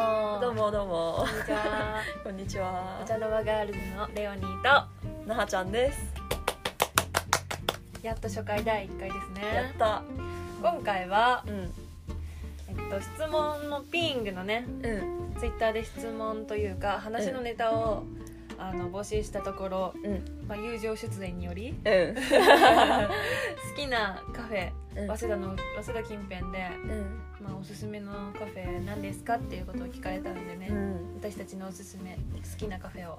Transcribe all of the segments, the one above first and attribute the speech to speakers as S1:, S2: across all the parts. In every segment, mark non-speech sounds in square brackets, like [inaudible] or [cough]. S1: もどうも
S2: こんにち [laughs] は。
S1: こんにちは
S2: お茶の間ガールズのレオニーと
S1: なはちゃんです
S2: やっと初回第1回です
S1: や
S2: ね
S1: っ。た
S2: 今回は
S1: うん
S2: えっと質問のピングのね、
S1: うん
S2: ツイッターで質問というか話のネタを、あの募集したところ、
S1: うん
S2: まあ友情出演によ [laughs] り
S1: うん
S2: 好きなカフェ
S1: うん
S2: 早稲田の早稲田近辺で、
S1: うん
S2: まあおすすめのカフェなんですかっていうことを聞かれたんでね。
S1: うん
S2: 私たちのおすすめ好きなカフェを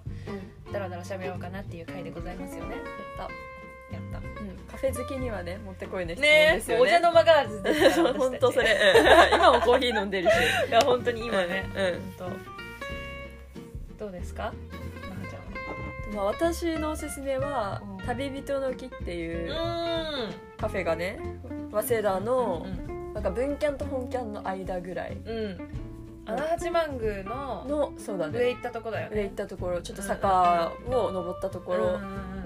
S2: ダラダラ喋ろうかなっていう回でございますよね。
S1: やった
S2: やった。
S1: うんカフェ好きにはねもってこいの質問
S2: ね
S1: ですよね
S2: お茶の間ガールズですから
S1: [laughs] 本当そ
S2: 私
S1: れうん今もコーヒー飲んでるした
S2: ちいや本当に今ね
S1: うん
S2: 本当どうですかなはちゃ
S1: まあ私のおすすめは
S2: うん
S1: 旅人の木っていう
S2: は
S1: カフェがね早稲田の
S2: うん
S1: なんか文キャンと本キャンの間ぐらい
S2: うん穴八幡宮の
S1: のそうだ
S2: 上
S1: ね
S2: 行ったとこだよね
S1: 上行ったところちょっと坂を登ったところ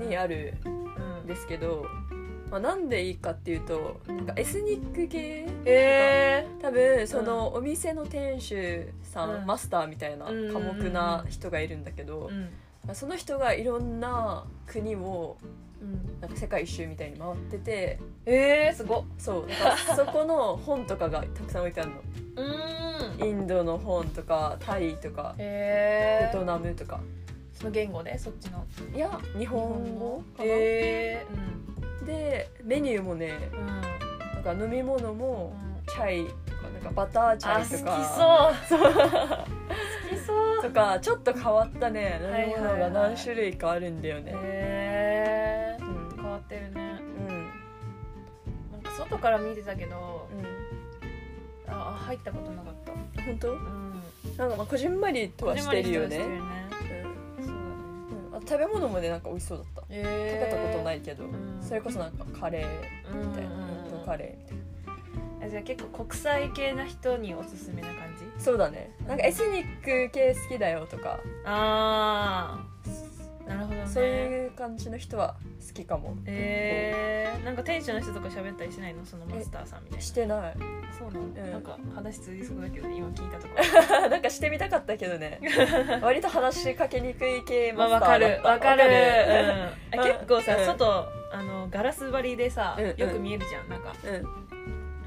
S1: に
S2: あ
S1: あるんですけど、まあ、なんでいいかっていうとなんかエスニック系
S2: へえ
S1: 多分そのお店の店主さん、
S2: うん
S1: マスターみたいな
S2: うん
S1: 寡黙な人がいるんだけど、
S2: うん
S1: まあその人がいろんな国を
S2: うん
S1: なんか世界一周みたいに回ってて
S2: えーすごっ
S1: そうだ
S2: [laughs]
S1: からそこの本とかがたくさん置いてある
S2: うん
S1: のインドの本とかタイとかベ
S2: へ
S1: ト
S2: え
S1: ナムとか
S2: その言語ねそっちの
S1: いや日本語かな、
S2: へえうん
S1: でメニューもね
S2: うん
S1: なんか飲み物も
S2: うん
S1: チャイとかなんかバターチ
S2: あ
S1: ャ
S2: 好
S1: イ
S2: き
S1: と
S2: そう
S1: か
S2: 好きそう
S1: とかちょっと変わったね
S2: はいはい
S1: 飲み
S2: はい
S1: 物が何種類かあるんだよね、
S2: へえ
S1: うん
S2: 変わってるね
S1: うん
S2: なんか外から見てたけど
S1: う
S2: ああ入ったことなかった
S1: ん本当
S2: うん
S1: なんかまあこじんまりとはしてるよね
S2: こじんまりとはしてるねそうだね
S1: うんうんあと食べ物もねなんか美味しそうだった食べたことないいけど、
S2: ん
S1: それこそなんかカレーみたいな、
S2: うんうんうん
S1: インドカレーみたい
S2: じゃあ結構国際系な人におすすめな感じ
S1: なそうだねなんかエスニック系好きだよとか、
S2: ああなるほどね
S1: そういう感じの人は好きかも
S2: えー、なんか店主の人とか喋ったりしないのそのマスターさんみたいな
S1: してない
S2: [laughs] そうなの、
S1: ん
S2: なんか話通じそうだけど今聞いたとこ
S1: なんかしてみたかったけどね [laughs] 割と話しかけにくい系
S2: ろま
S1: マ
S2: あわ
S1: スタ
S2: か
S1: ー
S2: る
S1: だった
S2: わかる、うん、あ
S1: うん
S2: 結構さ、
S1: うん
S2: 外あのガラス張りでさ、
S1: うんうん
S2: よく見えるじゃんなんか
S1: うん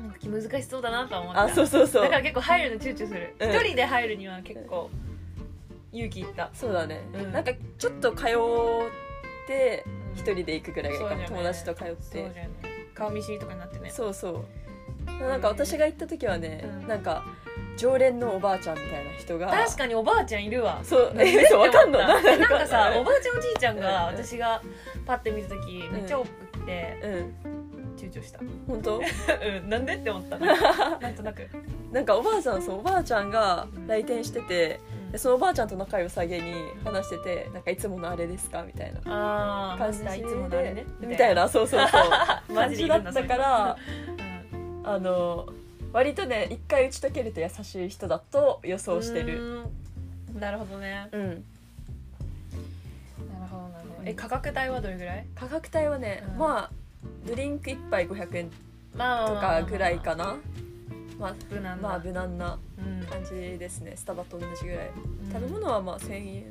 S2: なんか気難しそうだなとは思った
S1: あそうそうそう
S2: だから結構入るの躊躇する一、
S1: うん
S2: 人で入るには結構勇気いった
S1: そうだね、
S2: うん
S1: なんかちょっと通って一人で行くぐらいがいい
S2: そう
S1: か
S2: だ
S1: も、
S2: よね
S1: 友達と通って
S2: そうだよね顔見知りとかになってね
S1: そうそうなんか私が行った時はね、
S2: うん
S1: なんか常連のおばあちゃんみたいな人が
S2: 確かにおばあちゃんいるわ
S1: そう
S2: ね
S1: えそうわかんの
S2: [laughs] なんかさおばあちゃんおじいちゃんが
S1: うん
S2: 私がパッて見た時めっちゃ多くて
S1: うん
S2: 躊躇
S1: [laughs]
S2: した
S1: 本当
S2: うんなんでって思った [laughs] なんとなく
S1: なんかおばあさんそうおばあちゃんが来店しててでそのおばあちゃんと仲良さげに話しててなんかいつものあれですかみたいな
S2: ああ
S1: 感じで
S2: いつものあれね
S1: みたいなそうそうそう
S2: [laughs] マジ
S1: 感
S2: で
S1: じ
S2: いる
S1: だっ
S2: んだ
S1: たから
S2: そういう人うん
S1: あの割とね一回打ち解けると優しい人だと予想してる
S2: うーんなるほどね
S1: うん
S2: なるほどなるほどえ価格帯はどれぐらい
S1: 価格帯はね、
S2: うん
S1: まあドリンク1杯500円
S2: ま
S1: とかぐらいかなまあ
S2: 無難な
S1: まあ無難な
S2: うん
S1: 感じですねスタバと同じぐらい
S2: うん
S1: 食べ物はまあ1000円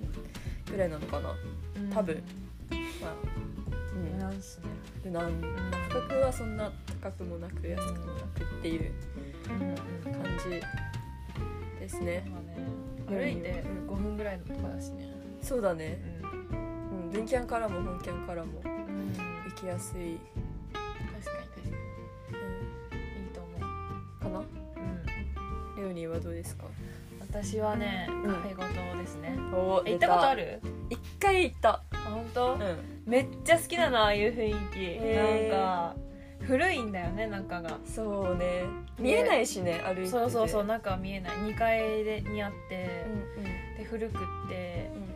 S1: ぐらいなのかな
S2: うん
S1: 多分まあ、う
S2: 無
S1: ん、
S2: 難っすね
S1: 無難価格はそんな高くもなく安くもなくっていう
S2: うん
S1: 感じですね
S2: まあね歩いて5分ぐらいのとこだしね
S1: そうだ
S2: う
S1: ね
S2: ん
S1: うん文キャンからも本キャンからも
S2: 確
S1: 行きやすい、
S2: かに確か
S1: う
S2: にいいと思う、
S1: ん、かな
S2: うん、
S1: レオニーはどうですか
S2: 私はね
S1: うん
S2: カフェごとですね、
S1: お
S2: え行ったことあ
S1: る
S2: る
S1: 一回行った、
S2: あ本当、
S1: うん、
S2: めっちゃ好きなのああいう雰囲気なん
S1: へー
S2: か古いんだよね中が
S1: そうね見えないしね歩いてて
S2: そうそうそう
S1: う
S2: 中は見えない2階でにあって
S1: ん、
S2: で古くって
S1: う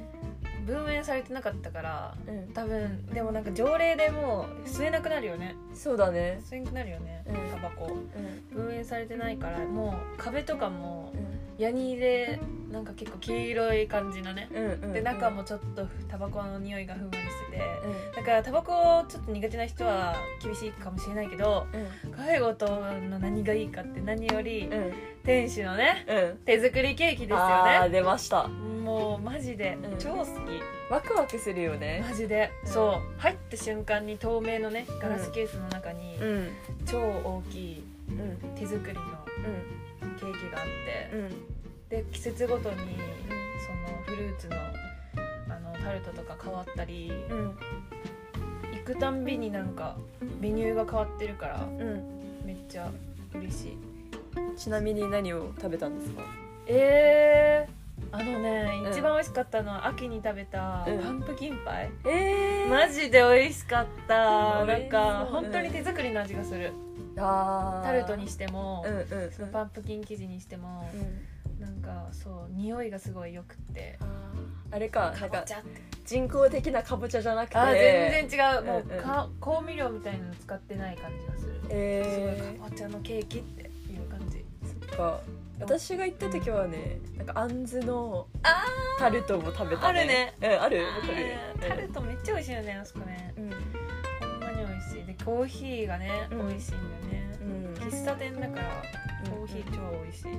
S2: 分園されてなかったから
S1: んうん
S2: 多分でもなんか条例でもう末永なくなるよね
S1: そうだね
S2: 吸えなくなるよね
S1: うん
S2: タバコ
S1: うん
S2: 分煙されてないからもう壁とかも
S1: う
S2: ヤニでなんか結構黄色い感じのね
S1: んうんうん
S2: で中もちょっとタバコの匂いがふんわりしてて
S1: うん
S2: だからタバコちょっと苦手な人は厳しいかもしれないけど
S1: うん
S2: 介護との何がいいかって何より
S1: うん
S2: 店主のね
S1: うん
S2: 手作りケーキですよ
S1: あー
S2: ね
S1: 出ました
S2: もうマジで、
S1: うん
S2: 超好き
S1: ワクワクするよね
S2: マジで、
S1: うん
S2: そう入った瞬間に透明のねガラスケースの中に
S1: うん
S2: 超大きい
S1: うん
S2: 手作りの
S1: うん
S2: ケーキがあって、
S1: うん
S2: で季節ごとにそのフルーツのあのタルトとか変わったり
S1: うん
S2: 行くたんびになんかメニューが変わってるから
S1: うん
S2: めっちゃ嬉しい
S1: ちなみに何を食べたんですか
S2: えー、あのね、
S1: うん
S2: 一番美味しかったのは秋に食べた
S1: うん
S2: パンプキンパイ、
S1: え
S2: マジで美味しかった
S1: 美
S2: なん
S1: 味しそう
S2: か本当に手作りの味がする
S1: あー
S2: タルトにしても
S1: うんうんうん
S2: そのパンプキン生地にしても
S1: うん
S2: なんかそう匂いがすごいよくって
S1: あーあれかな
S2: か
S1: ん
S2: ぼ
S1: か
S2: ちゃって
S1: 人工的なかぼちゃじゃなくて
S2: あ全然違うもう
S1: うんうん
S2: か香味料みたいなの使ってない感じがするすごい
S1: え
S2: かぼちゃのケーキっていう感じ
S1: ー、そっか私が行った時はねなんかあんずの
S2: あ
S1: タルトも食べたうんあるわかる
S2: ータルトめっちゃ美味しいよねあそこね
S1: うん
S2: ほんまに美味しいでコーヒーがね、
S1: うん
S2: 美味しいんだよね
S1: うん
S2: 喫茶店だからコーヒー超美味しい、そ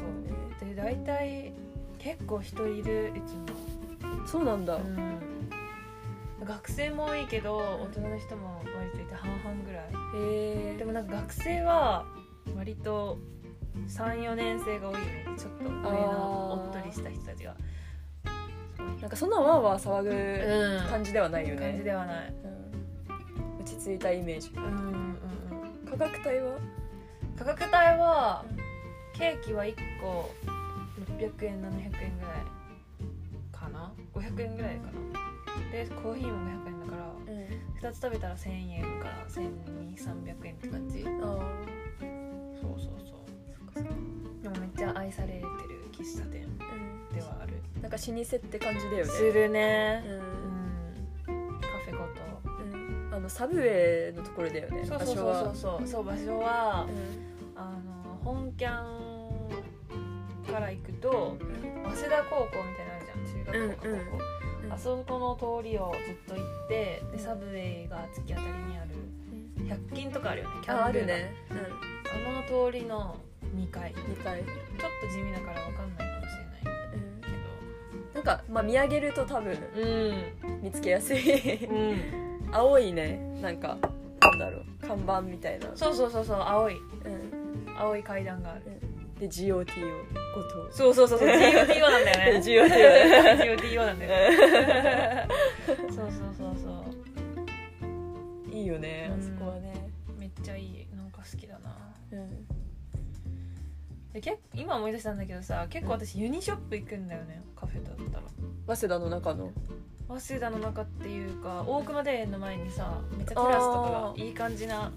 S2: うで大体結構人いるいつも、
S1: そうなんだ
S2: うん、学生も多いけど大人の人も割といて半々ぐらい
S1: え
S2: でもなんか学生は割と34年生が多いよねちょっと上のおっとりした人たちが
S1: なんかそんなわーわー騒ぐ
S2: うん
S1: 感じではないよね
S2: 感じではない
S1: うん落ち着いたイメージ
S2: うんうんうん
S1: 価格帯は
S2: 価格帯はケーキは1個600円700円ぐらいかな500円ぐらいかなでコーヒーも500円だから
S1: うん
S2: 2つ食べたら1000円から1200300円って感じそう
S1: あ
S2: そうそうでもめっちゃ愛されてる喫茶店
S1: あ
S2: ではある、
S1: なんか老舗って感じだよ
S2: す
S1: ね
S2: る
S1: う
S2: ねうんんカフェごと
S1: うんあのサブウェイのところだよね
S2: そうそうそうそう
S1: 場所は
S2: そうそう場所は
S1: うん
S2: あの本キャンから行くと早稲田高校みたいなのあるじゃん中学校か
S1: うんうん
S2: 高校、
S1: うん
S2: あそこの通りをずっと行ってでサブウェイが突き当たりにある100均とかあるよねキ
S1: あ
S2: ャ
S1: あ
S2: ンド
S1: る
S2: ゥが
S1: ね
S2: あの通りの2階ちょっ
S1: うん2階
S2: と地味だから分かんないかもしれない
S1: うん
S2: け
S1: なんかまあ見上げると多分
S2: ど
S1: 見つけや
S2: [laughs]
S1: すい
S2: うん、
S1: 青いねなんかなんだろう看板みたいな
S2: そうそうそうそう青い
S1: うん
S2: 青い階段がある
S1: で GOT をごと
S2: そうそうそうそう GOTO なんだ [laughs] よね
S1: GOTO
S2: GOTO なんだよ [laughs] ねそうそうそうそう
S1: いいよね
S2: うん
S1: あそこはね
S2: めっちゃいいなんか好きだな
S1: うん
S2: でけ今思い出したんだけどさ結構私ユニショップ行くんだよねカフェだったら
S1: 早稲田の中の
S2: 早稲田の中っていうか大熊庭園の前にさめっちゃテラスとかが
S1: あ
S2: いい感じな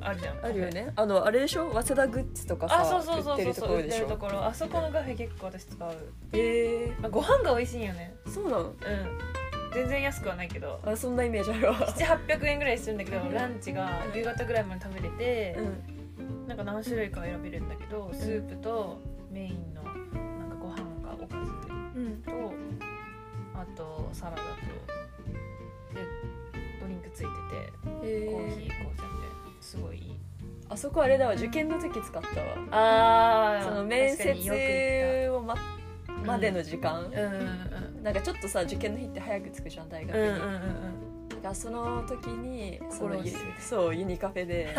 S2: あるじゃん
S1: あるよねあのあれでしょ早稲田グッズとか
S2: あ
S1: さ
S2: そうそうそう
S1: 売
S2: そう
S1: ってると
S2: そ
S1: こ
S2: う売
S1: ろ
S2: っ
S1: で
S2: て
S1: し
S2: ると
S1: ょ
S2: ころあそこのカフェ結構私使う、
S1: え
S2: まあ、ご飯が美味しいんよね
S1: ー、そうなの
S2: うん全然安くはないけど
S1: あそんなイメージある
S2: [laughs]
S1: わ
S2: 700800円ぐらいするんだけどランチが夕方ぐらいまで食べれて
S1: う、ん
S2: なんか何種類か選べるんだけどスープとメインのなんかご飯かおかず
S1: うん
S2: とあとサラダとでドリンクついてて
S1: え
S2: コーヒー
S1: ー、
S2: 紅茶ってすごいいい
S1: あそこあれだわ受験の時使ったわ
S2: あ
S1: その面接をま
S2: た
S1: までの時
S2: うん
S1: 間
S2: うん
S1: なんかちょっとさ受験の日って早く着くじゃん大学
S2: うんうん
S1: に
S2: うんうん
S1: だからその時にそ
S2: 心
S1: の
S2: を落
S1: ゆ
S2: ち着けて
S1: そうユニカフェで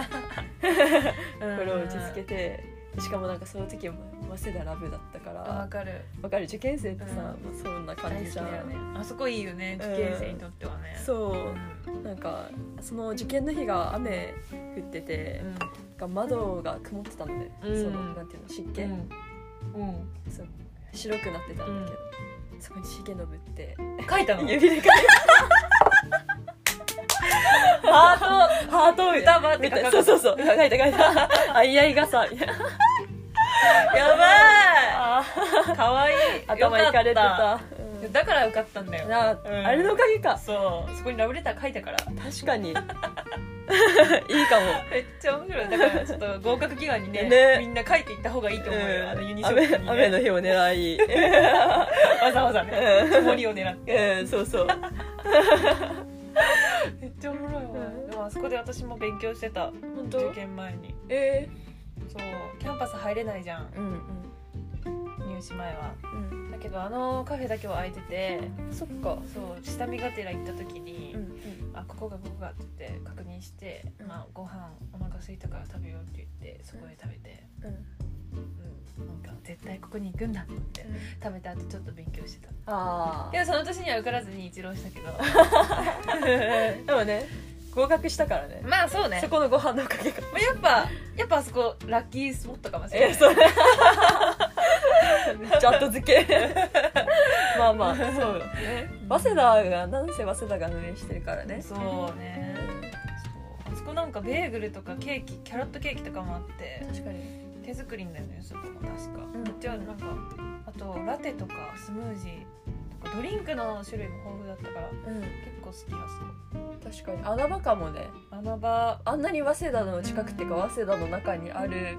S2: うん
S1: 心を落ち着けてしかもなんかその時も早稲田ラブだったか
S2: あわ
S1: ら
S2: かる
S1: わかる受験生ってさ、
S2: うん
S1: もうそんな
S2: 大
S1: 感
S2: 好
S1: じ
S2: き
S1: じゃん、
S2: だよねあそこいいよね受験生にとってはね
S1: そ
S2: ん
S1: うなんかその受験の日が雨降ってて、なんか窓が曇ってたので、
S2: うん
S1: そのなんていうの湿気、
S2: うんうん
S1: そう白くなってたんだけど、そこに重信って
S2: 書いたの
S1: 指で書いて
S2: ハー
S1: ハートを
S2: 歌ばって
S1: み
S2: 書
S1: た
S2: か
S1: いな
S2: な
S1: そうそうそう書いた書いたあいあい傘みたいな
S2: トやばいかわいい
S1: 頭いかれて、
S2: よかった
S1: うん
S2: だから受かったんだよ
S1: なあ、
S2: ん
S1: あれのおかげか
S2: そうそこにラブレター書いたから
S1: 確かに [laughs] いいかも
S2: めっちゃ面白いだからちょっと合格祈願にね
S1: ね
S2: みんな書いていった方がいいと思うよ、あのユニソ
S1: 雨
S2: ックに、ね、
S1: 雨の日を狙い
S2: わざわざね
S1: うん
S2: 曇りを狙って
S1: うんそうそう
S2: めっちゃおもろいわ、
S1: うん
S2: でもあそこで私も勉強してた
S1: 本
S2: 受験前に
S1: え
S2: そうキャンパス入れないじゃん
S1: うん
S2: 入試前は
S1: うん
S2: だけどあのカフェだけは空いてて
S1: うんそっか
S2: そう下見がてら行った時に、
S1: ん
S2: あここがここがって言って確認して、
S1: うん
S2: まあ、ご飯お腹空いたから食べようって言ってそこで食べて、
S1: うん
S2: うん、なんか絶対ここに行くんだと思って食べた後ちょっと勉強してた
S1: あ
S2: けどその年には受からずに一浪したけど
S1: あ [laughs] でもね合格したからね
S2: [laughs] まあそうね
S1: そこのご飯のおかげか
S2: まあやっぱやっぱあそこラッキースポットかもしれない
S1: えそうめっ [laughs] ちゃ後付け [laughs] まあまあそうね早稲田がなんせ早稲田が運営してるからね
S2: そうねそうあそこなんかベーグルとかケーキキャロットケーキとかもあって
S1: 確かに
S2: 手作りなんだよねそこも確か、
S1: うん
S2: じゃあなんかあとラテとかスムージーとかドリンクの種類も豊富だったから
S1: うん
S2: 結構好きあそこ
S1: 確かに穴場かもね
S2: 穴場
S1: あんなに早稲田の近くっていうか早稲田の中にある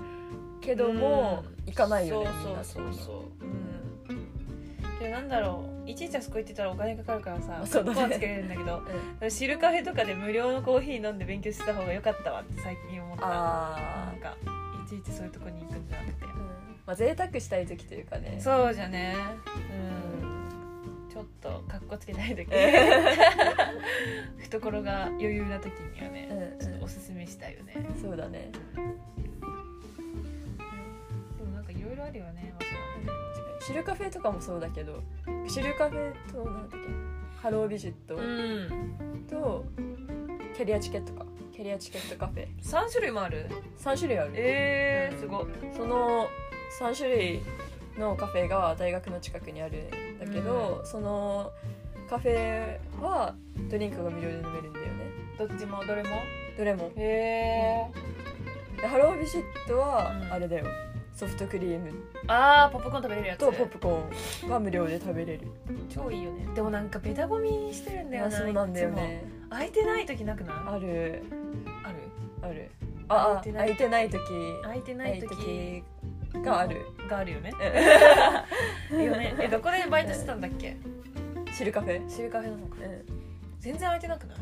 S1: けども、
S2: うん
S1: 行かないよねみんな
S2: そうそうそうそううんでなんだろういちいちあそこ行ってたらお金かかるからさ
S1: そうだね
S2: ポンポンつけれるんだけどシルカフェとかで無料のコーヒー飲んで勉強してた方が良かったわって最近思ったな
S1: あ
S2: んかいちいちそういうとこに行くんじゃなくて
S1: あ、うんまあ贅沢したい時というかね
S2: そうじゃねうんちょっとかっこつけない時懐が余裕な時には
S1: うん
S2: ね
S1: うん
S2: ちょっとおすすめしたいよね
S1: そうだね
S2: でもなんかいろいろあるよね早稲田もね
S1: シルカフェとかもそうだけどシルカフェとなんだっけハロービジット
S2: うん
S1: とキャリアチケットかキャリアチケットカフェ
S2: 3種類もある
S1: 3種類ある
S2: えー、すごい
S1: その3種類のカフェが大学の近くにあるんだけど、そのカフェはドリンクが無料で飲めるんだよね
S2: どっちもどれも
S1: どれも
S2: へえ
S1: でハロービシットは
S2: うん
S1: あれだよ、ソフトクリーム
S2: あーポップコーン食べれるやつ
S1: とポップコーンが無料で食べれる
S2: 超いいよねでもなんかベタゴミしてるんだよ
S1: あ
S2: な
S1: そうなんだよ
S2: い
S1: ね
S2: つも空いてない時なくない
S1: ある
S2: ある
S1: あるああ
S2: 空いてない
S1: 空いてない時
S2: 空いてない時
S1: 時がある
S2: があるよね
S1: うん
S2: よねえどこでバイトしてたんだっけ
S1: シルカフェ、
S2: シルカフェなのか
S1: うん、
S2: 全然空いてなくない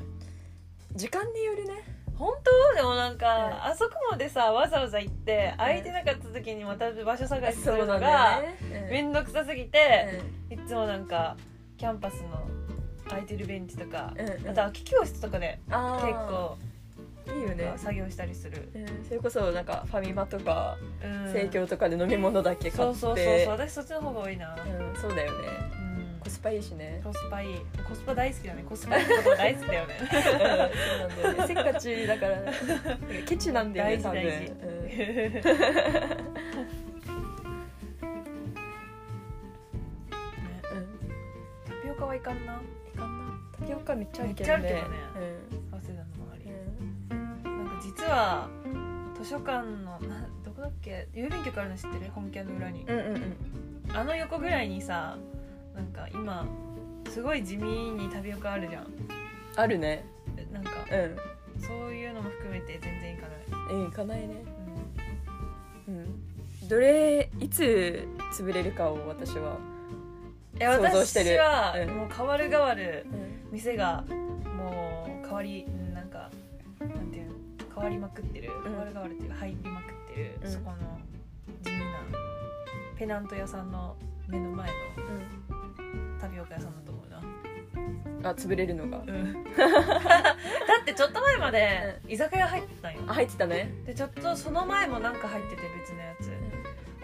S1: 時間によるね
S2: 本当でもなんか、あそこまでさわざわざ行って空いてなかった時にまた場所探しするのが
S1: ね
S2: 面倒、くさすぎ
S1: う
S2: て、
S1: ん
S2: いつもなんかキャンパスの空いてるベンチとか、
S1: うんうん
S2: あと空き教室とかで
S1: あ
S2: 結
S1: ー
S2: 構
S1: いいよね
S2: なんか作業したりする、
S1: うんそれこそなんかファミマとか
S2: うん
S1: 生協とかで飲み物だけ買
S2: そ
S1: っ
S2: う
S1: て
S2: そうそうそう私そっちの方が多いな、
S1: うんそうだよね
S2: うん
S1: コスパいいし
S2: [laughs]
S1: ね
S2: コスパいいコスパ大好きだねコスパいいこと大好きだよね
S1: そうなんだよ [laughs] ねせっかちだ
S2: [laughs]
S1: からケチなんだよね多分
S2: 大事
S1: うん
S2: ね
S1: うん
S2: タピオカはいかんな
S1: いかんなタピオカめっちゃあるけ
S2: め
S1: ど
S2: っちゃあ
S1: ね
S2: るけ早稲田の周
S1: う
S2: り、な
S1: ん
S2: んか実は図書館のなどこだっけ郵便局あるの知ってる本キャの裏に、
S1: うんうんうん
S2: あの横ぐらいにさなんか今すごい地味にタピオカあるじゃん
S1: あるね
S2: えなんか
S1: う
S2: そういうのも含めて全然行かない、
S1: んえ行かないね
S2: うん
S1: うんどれいつ潰れるかを私は
S2: え
S1: 想像して
S2: 私
S1: る
S2: は
S1: うん
S2: もう変わる変わる店がもう変わりうんなんかなんていうの変わりまくってる変わる変わるっていうか入りまくってる、
S1: うん
S2: そこの地味なペナント屋さんの目の前の
S1: う
S2: タピオカ屋さんだと思うな、
S1: んあ潰れるのが
S2: [laughs] だってちょっと前まで居酒屋入ってたんよ
S1: あ入ってたね
S2: でちょっとその前もなんか入ってて別のやつ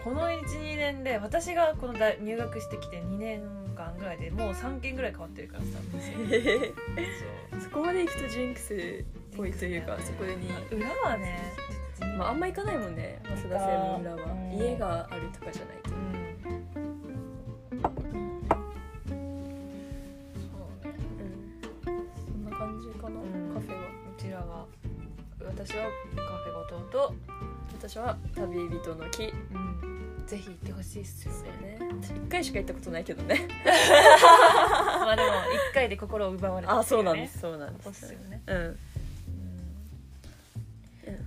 S2: この12年で私がこの大入学してきて2年間ぐらいでもう3軒ぐらい変わってる
S1: [laughs]
S2: からさ店そう
S1: そこまで行くとジンクスっぽいというかそこに、
S2: 裏はねちょっと地味
S1: まあ、あんま行かないもんね早稲田専門ら
S2: う
S1: は
S2: ん
S1: 家があるとかじゃないと
S2: うんそうね
S1: そんな感じかな
S2: うん
S1: カフェは
S2: うちらは私はカフェごとうと、
S1: 私は旅人の木
S2: うん、ぜひ行ってほしいっすよ
S1: そう [laughs]
S2: ね
S1: ね1回しか行ったことないけどね
S2: まあでも一回で心を奪われた
S1: [laughs] あそうなんですす [laughs] そうなん
S2: そう
S1: で
S2: っす
S1: す
S2: よね、
S1: うん
S2: うん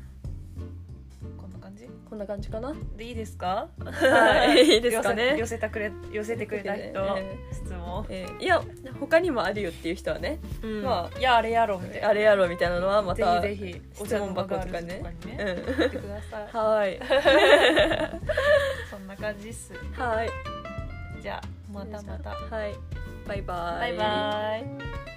S2: こんな感じ
S1: こんな感じかな
S2: でいいですか [laughs]
S1: はいいいですか
S2: 寄
S1: ね
S2: せ寄せたくれ寄せてくれた人、
S1: え
S2: 質問、
S1: えいや他にもあるよっていう人はね
S2: まあいやあれやろみたいな
S1: あれやろみたいなのはまた
S2: ぜひぜひ
S1: 質問箱とか
S2: お茶
S1: ね
S2: の間ガールズとかにね
S1: うん
S2: 送ってください
S1: はい
S2: そんな感じっす
S1: はい
S2: じゃあまたまた
S1: はいバイバ
S2: バイ
S1: イ
S2: バイ